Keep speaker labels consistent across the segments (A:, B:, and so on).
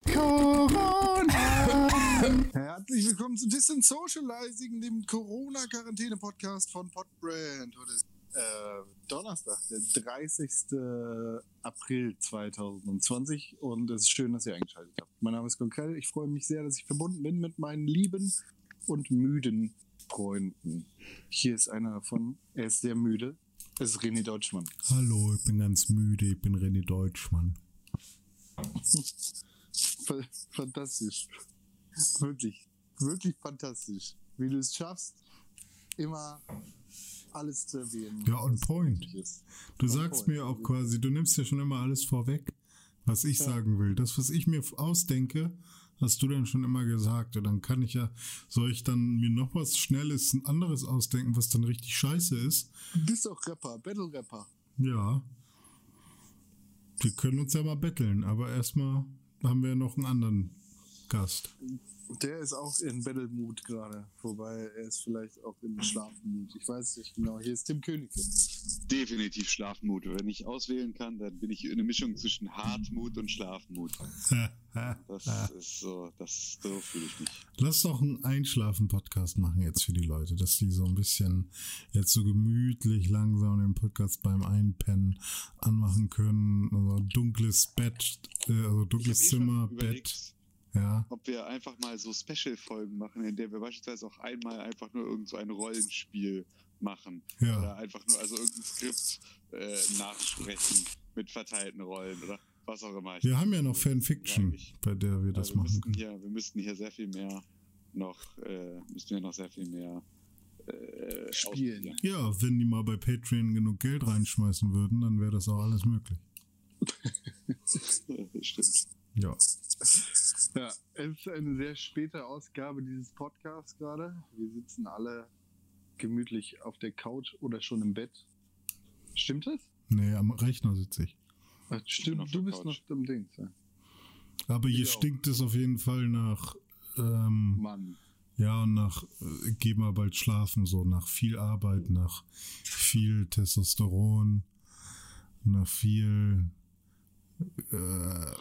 A: Herzlich willkommen zu Distant Socializing, dem Corona-Quarantäne-Podcast von Podbrand. Heute ist äh, Donnerstag, der 30. April 2020 und es ist schön, dass ihr eingeschaltet habt. Mein Name ist Konkrell, ich freue mich sehr, dass ich verbunden bin mit meinen lieben und müden Freunden. Hier ist einer davon, er ist sehr müde, es ist René Deutschmann.
B: Hallo, ich bin ganz müde, ich bin René Deutschmann.
A: Fa- Fantastisch. Wirklich, wirklich fantastisch. Wie du es schaffst, immer alles zu erwähnen.
B: Ja, on
A: was
B: point.
A: wichtig ist.
B: Du
A: Ja,
B: sagst
A: voll.
B: mir auch quasi, du nimmst ja schon immer alles vorweg, was ich
A: Ja.
B: sagen will. Das, was ich mir f- ausdenke, hast du dann schon immer gesagt. Und dann kann ich ja, soll ich dann mir noch was Schnelles, ein anderes ausdenken, was dann richtig scheiße ist?
A: Du bist auch Rapper, Battle-Rapper.
B: Ja. Wir können uns ja mal betteln, aber erstmal haben wir ja noch einen anderen Gast.
A: Der ist auch in Battle-Mood gerade. Wobei er ist vielleicht auch im Schlafmut. Ich weiß nicht genau. Hier ist Tim König.
C: Definitiv Schlafmut. Wenn ich auswählen kann, dann bin ich eine Mischung zwischen Hartmut und Schlafmut. Das ist so, das so fühle ich mich.
B: Lass doch einen Einschlafen-Podcast machen jetzt für die Leute, dass die so ein bisschen jetzt so gemütlich langsam den Podcast beim Einpennen anmachen können. Also dunkles Bett, äh, also
C: Ich habe
B: dunkles
C: eh schon
B: Zimmer, Bett.
C: überlegt,
B: Ja,
C: ob wir einfach mal so Special-Folgen machen, in der wir beispielsweise auch einmal einfach nur irgend so ein Rollenspiel machen. Oder
B: ja.
C: einfach nur also irgendein Skript äh, nachsprechen mit verteilten Rollen oder was auch immer. Ich-
B: Wir haben ja noch Fanfiction,
C: ich-
B: bei der wir
C: Ja,
B: das
C: Also wir
B: machen
C: müssten
B: können.
C: hier, wir müssten hier sehr viel mehr noch, äh, müssten wir noch sehr viel mehr äh,
A: Spielen.
C: ausprobieren.
B: Ja, wenn die mal bei Patreon genug Geld reinschmeißen würden, dann wäre das auch alles möglich.
C: Stimmt.
B: Ja.
A: Ja, es ist eine sehr späte Ausgabe dieses Podcasts gerade. Wir sitzen alle gemütlich auf der Couch oder schon im Bett. Stimmt das?
B: Nee, am Rechner sitze ich.
A: Ach,
C: auf
A: stimmt,
C: der
A: du bist
C: Couch.
A: noch im Dings. Ja.
B: Aber hier
A: Ich auch.
B: stinkt es auf jeden Fall nach. Ähm,
A: Mann.
B: Ja, und nach, äh, geh mal bald schlafen, so nach viel Arbeit, nach viel Testosteron, nach viel, äh,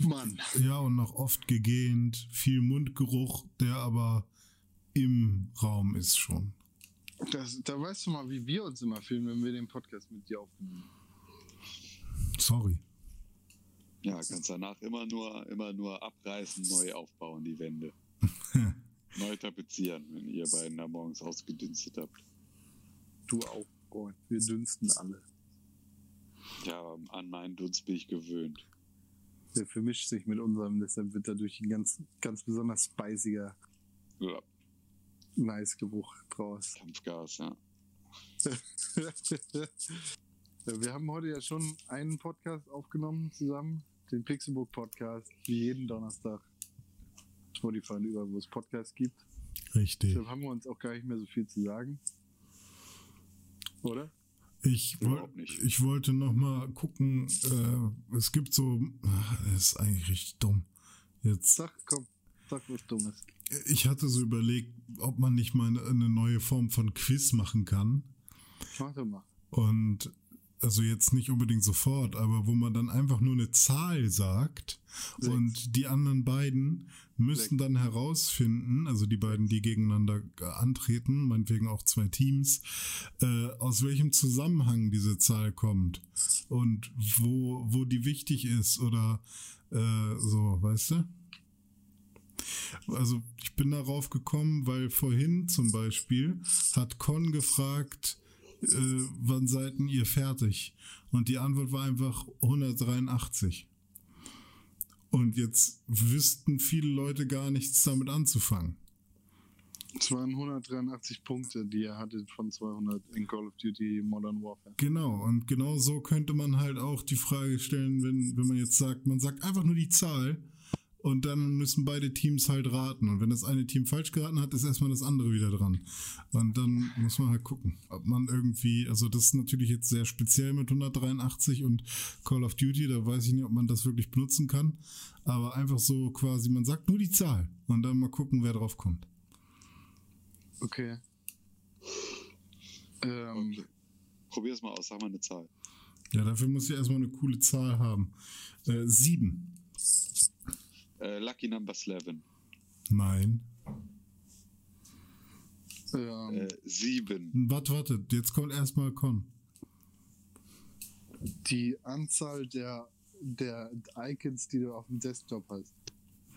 A: Mann.
B: ja, und nach oft gegähnt, viel Mundgeruch, der aber im Raum ist schon.
A: Das, da weißt du mal, wie wir uns immer fühlen, wenn wir den Podcast mit dir aufnehmen.
B: Sorry.
C: Ja, kannst danach immer nur, immer nur abreißen, neu aufbauen, die Wände. neu tapezieren, wenn ihr beiden da morgens ausgedünstet habt.
A: Du auch, Freund. Wir dünsten alle.
C: Ja, an meinen Dunst bin ich gewöhnt.
A: Der vermischt sich mit unserem, deshalb wird dadurch ein ganz, ganz besonders speisiger,
C: Ja,
A: nice Geruch draus.
C: Kampfgas, ja.
A: Ja, wir haben heute ja schon einen Podcast aufgenommen zusammen, den Pixelbook Podcast, wie jeden Donnerstag. Spotify und überall, wo es Podcasts gibt.
B: Richtig.
A: Deshalb haben wir uns auch gar nicht mehr so viel zu sagen. Oder?
B: Ich, woll,
C: Überhaupt nicht.
B: ich wollte noch mal gucken, äh, es gibt so, Ah, das ist eigentlich richtig dumm. Jetzt
A: Sag, komm, sag was Dummes.
B: Ich hatte so überlegt, ob man nicht mal eine neue Form von Quiz machen kann.
A: Mach doch mal.
B: Und also jetzt nicht unbedingt sofort, aber wo man dann einfach nur eine Zahl sagt
A: Sechs.
B: und die anderen beiden müssen
A: Sechs.
B: dann herausfinden, also die beiden, die gegeneinander äh, antreten, meinetwegen auch zwei Teams, äh, aus welchem Zusammenhang diese Zahl kommt und wo, wo die wichtig ist oder äh, so, weißt du? Also ich bin darauf gekommen, weil vorhin zum Beispiel hat Con gefragt, äh, wann seid denn ihr fertig? Und die Antwort war einfach 183. Und jetzt wüssten viele Leute gar nichts damit anzufangen.
A: Es waren 183 Punkte, die er hatte von 200 in Call of Duty Modern Warfare.
B: Genau, und genau so könnte man halt auch die Frage stellen, wenn, wenn man jetzt sagt, man sagt einfach nur die Zahl und dann müssen beide Teams halt raten. Und wenn das eine Team falsch geraten hat, ist erstmal das andere wieder dran. Und dann muss man halt gucken, ob man irgendwie, also das ist natürlich jetzt sehr speziell mit 183 und Call of Duty, da weiß ich nicht, ob man das wirklich benutzen kann. Aber einfach so quasi, man sagt nur die Zahl und dann mal gucken, wer drauf kommt.
A: Okay. Ähm,
C: Okay. Probier's mal aus, sag mal eine Zahl.
B: Ja, dafür muss ich erstmal eine coole Zahl haben. Äh, sieben.
C: Äh, Lucky Number 11.
B: Nein.
A: Ja.
C: Äh, sieben.
B: Warte, warte, jetzt kommt erstmal Con.
A: Die Anzahl der, der Icons, die du auf dem Desktop hast.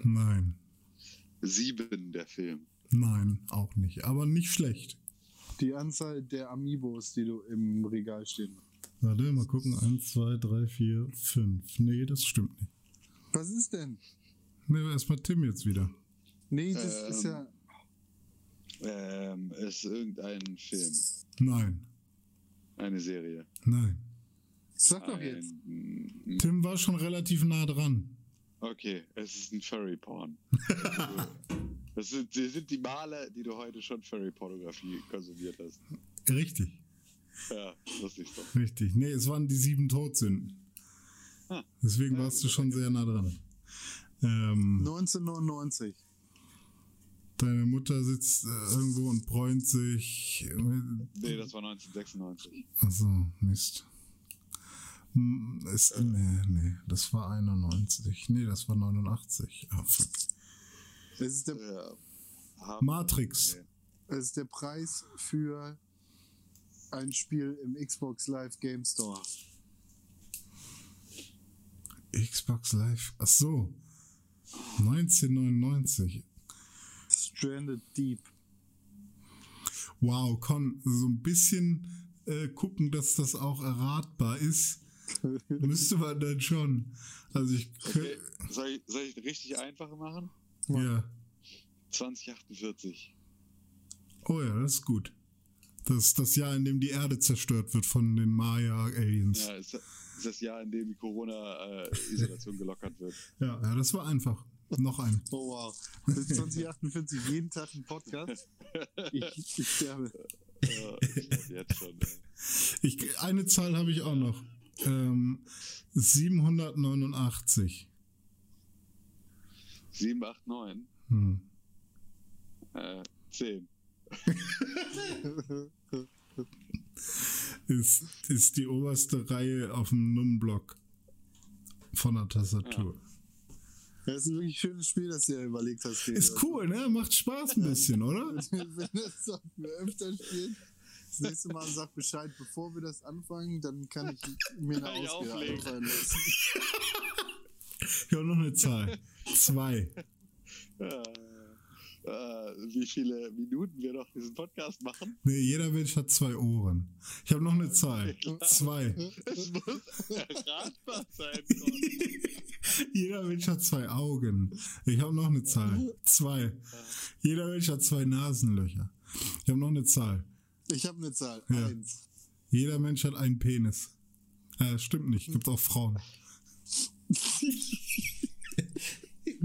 B: Nein,
C: Sieben, der Film.
B: nein, auch nicht. Aber nicht schlecht.
A: Die Anzahl der Amiibos, die du im Regal stehen hast.
B: Warte, mal gucken. 1, 2, 3, 4, 5. Nee, das stimmt nicht.
A: Was ist denn?
B: Nee, aber erstmal Tim jetzt wieder.
A: Nee, das
C: Ähm.
A: ist ja.
C: Ähm, ist irgendein Film.
B: Nein,
C: Eine Serie.
B: nein.
A: Sag doch jetzt.
C: Ein,
B: Tim war schon relativ nah dran.
C: okay, es ist ein Furry-Porn. das, sind, das sind die Male, die du heute schon Furry-Pornografie konsumiert hast.
B: Richtig,
C: Ja, lustig so.
B: richtig. Nee, es waren die sieben Todsünden.
C: Ah.
B: Deswegen
C: Ja,
B: warst du
C: gut,
B: schon sehr nah dran. Ähm,
A: 1999.
B: deine Mutter sitzt äh, irgendwo und bräunt sich. äh,
C: Nee, das war 1996.
B: Achso, Mist. Hm, Ist, nee, nee, das war 91. Nee, das war 89. Ah, fuck.
A: Es ist der,
C: Ja. Haben-
B: Matrix.
C: Nee.
A: es ist der Preis für ein Spiel im Xbox Live Game Store.
B: Xbox Live. Ach so. 1999.
A: Stranded Deep.
B: Wow, Con, so ein bisschen äh, gucken, dass das auch erratbar ist. Müsste man dann schon. Also ich
C: Okay,
B: könnte.
C: soll ich, soll ich eine richtig einfache machen?
B: Ja.
C: 2048.
B: Oh ja, das ist gut. Das ist das Jahr, in dem die Erde zerstört wird von den Maya-Aliens.
C: Ja, ist, ist das Jahr, in dem die Corona-Isolation gelockert wird.
B: Ja, ja, das war einfach. Noch ein.
A: Oh wow. Bis 2048 jeden Tag ein Podcast. Ich, ich sterbe.
C: Äh, ich glaub, jetzt schon. ey.
B: Ich, eine Zahl habe ich auch noch. Ähm, 789.
C: 7, 8, 9,
B: Hm.
C: äh, 10.
B: ist, ist die oberste Reihe auf dem Numblock von der Tastatur.
A: Das ist ein wirklich schönes Spiel, das du dir überlegt hast. Gregor.
B: Ist cool, ne? Macht Spaß ein bisschen, oder?
A: Wenn das sollten wir öfter spielen. Das nächste Mal sag Bescheid, bevor wir das anfangen, dann kann ich mir eine
C: Kann ich
A: Ausrede
C: auflegen.
A: einfallen lassen.
B: Ich habe noch eine Zahl. Zwei.
C: Äh, äh, wie viele Minuten wir noch diesen Podcast machen?
B: Nee, jeder Mensch hat zwei Ohren. Ich habe noch eine Zahl. Zwei.
C: Es muss erratbar sein. Gott.
B: Jeder Mensch hat zwei Augen. Ich habe noch eine Zahl. Zwei. Jeder Mensch hat zwei Nasenlöcher. Ich habe noch eine Zahl.
A: Ich habe eine Zahl.
B: Ja.
A: Eins.
B: Jeder Mensch hat einen Penis. Äh, stimmt nicht. Gibt auch Frauen.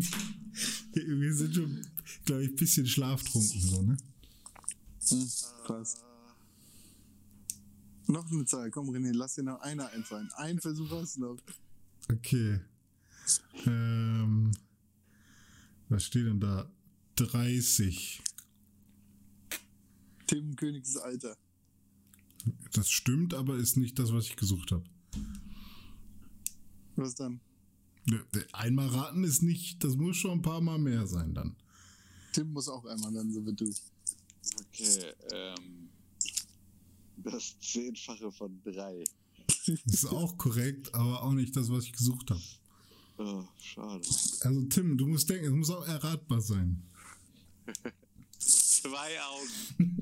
B: Wir sind schon, glaube ich, ein bisschen schlaftrunken, so, ne?
A: Hm, passt. Noch eine Zahl. Komm, René, lass dir noch einer einfallen. Ein Versuch hast du noch.
B: Okay. Ähm, was steht denn da? 30.
A: Tim Königs Alter.
B: Das stimmt, aber ist nicht das, was ich gesucht habe.
A: Was dann?
B: Einmal raten ist nicht, das muss schon ein paar Mal mehr sein dann.
A: Tim muss auch einmal, dann sind wir durch.
C: Okay, ähm, das Zehnfache von 3.
B: Ist auch korrekt, aber auch nicht das, was ich gesucht habe.
C: Oh, schade.
B: Also Tim, du musst denken, es muss auch erratbar sein.
C: Zwei Augen.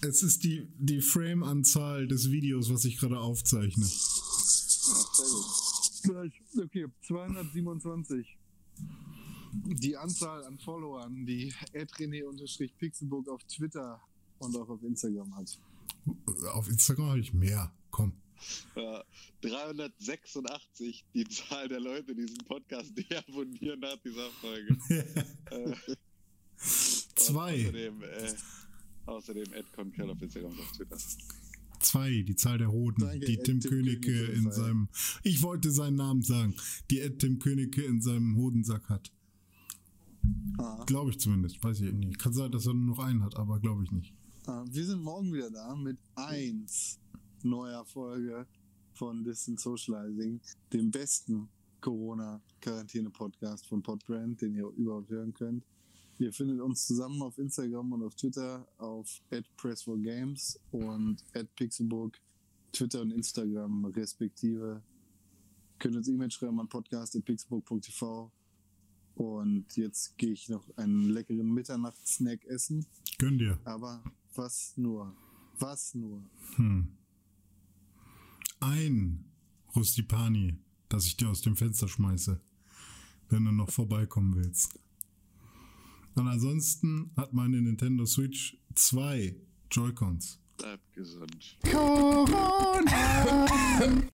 B: Es ist die, die Frame-Anzahl des Videos, was ich gerade aufzeichne.
C: Sehr gut.
A: Okay, 227. Die Anzahl an Followern, die adrene-pixelburg auf Twitter und auch auf Instagram hat.
B: Auf Instagram habe ich mehr. Komm.
C: Ja, 386 die Zahl der Leute, die diesen Podcast deabonnieren nach dieser Folge.
B: Zwei.
C: Außerdem, äh, außerdem AdConCal auf Instagram und auf Twitter.
B: Zwei, die Zahl der Hoden,
A: Danke,
B: die
A: Ed
B: Tim,
A: Tim
B: Königke
A: Königke
B: in
A: sei.
B: seinem. Ich wollte seinen Namen sagen, die Ed Tim Königke in seinem Hodensack hat.
A: Ah,
B: Glaube ich zumindest. Weiß ich nicht. Kann sein, dass er nur noch einen hat, aber glaube ich nicht.
A: ah, wir sind morgen wieder da mit 1 neuer Folge von Distance Socializing, dem besten Corona-Quarantäne-Podcast von Podbrand, den ihr überhaupt hören könnt. Ihr findet uns zusammen auf Instagram und auf Twitter auf @press4games und @pixelburg Twitter und Instagram respektive. Könnt uns E-Mail schreiben an podcast@pixelburg.tv und jetzt gehe ich noch einen leckeren Mitternachtssnack essen,
B: Gönn dir.
A: aber was nur, was nur.
B: Hm. Ein Rustipani, das ich dir aus dem Fenster schmeiße, wenn du noch vorbeikommen willst. Und ansonsten hat meine Nintendo Switch zwei Joy-Cons.
C: Bleibt gesund.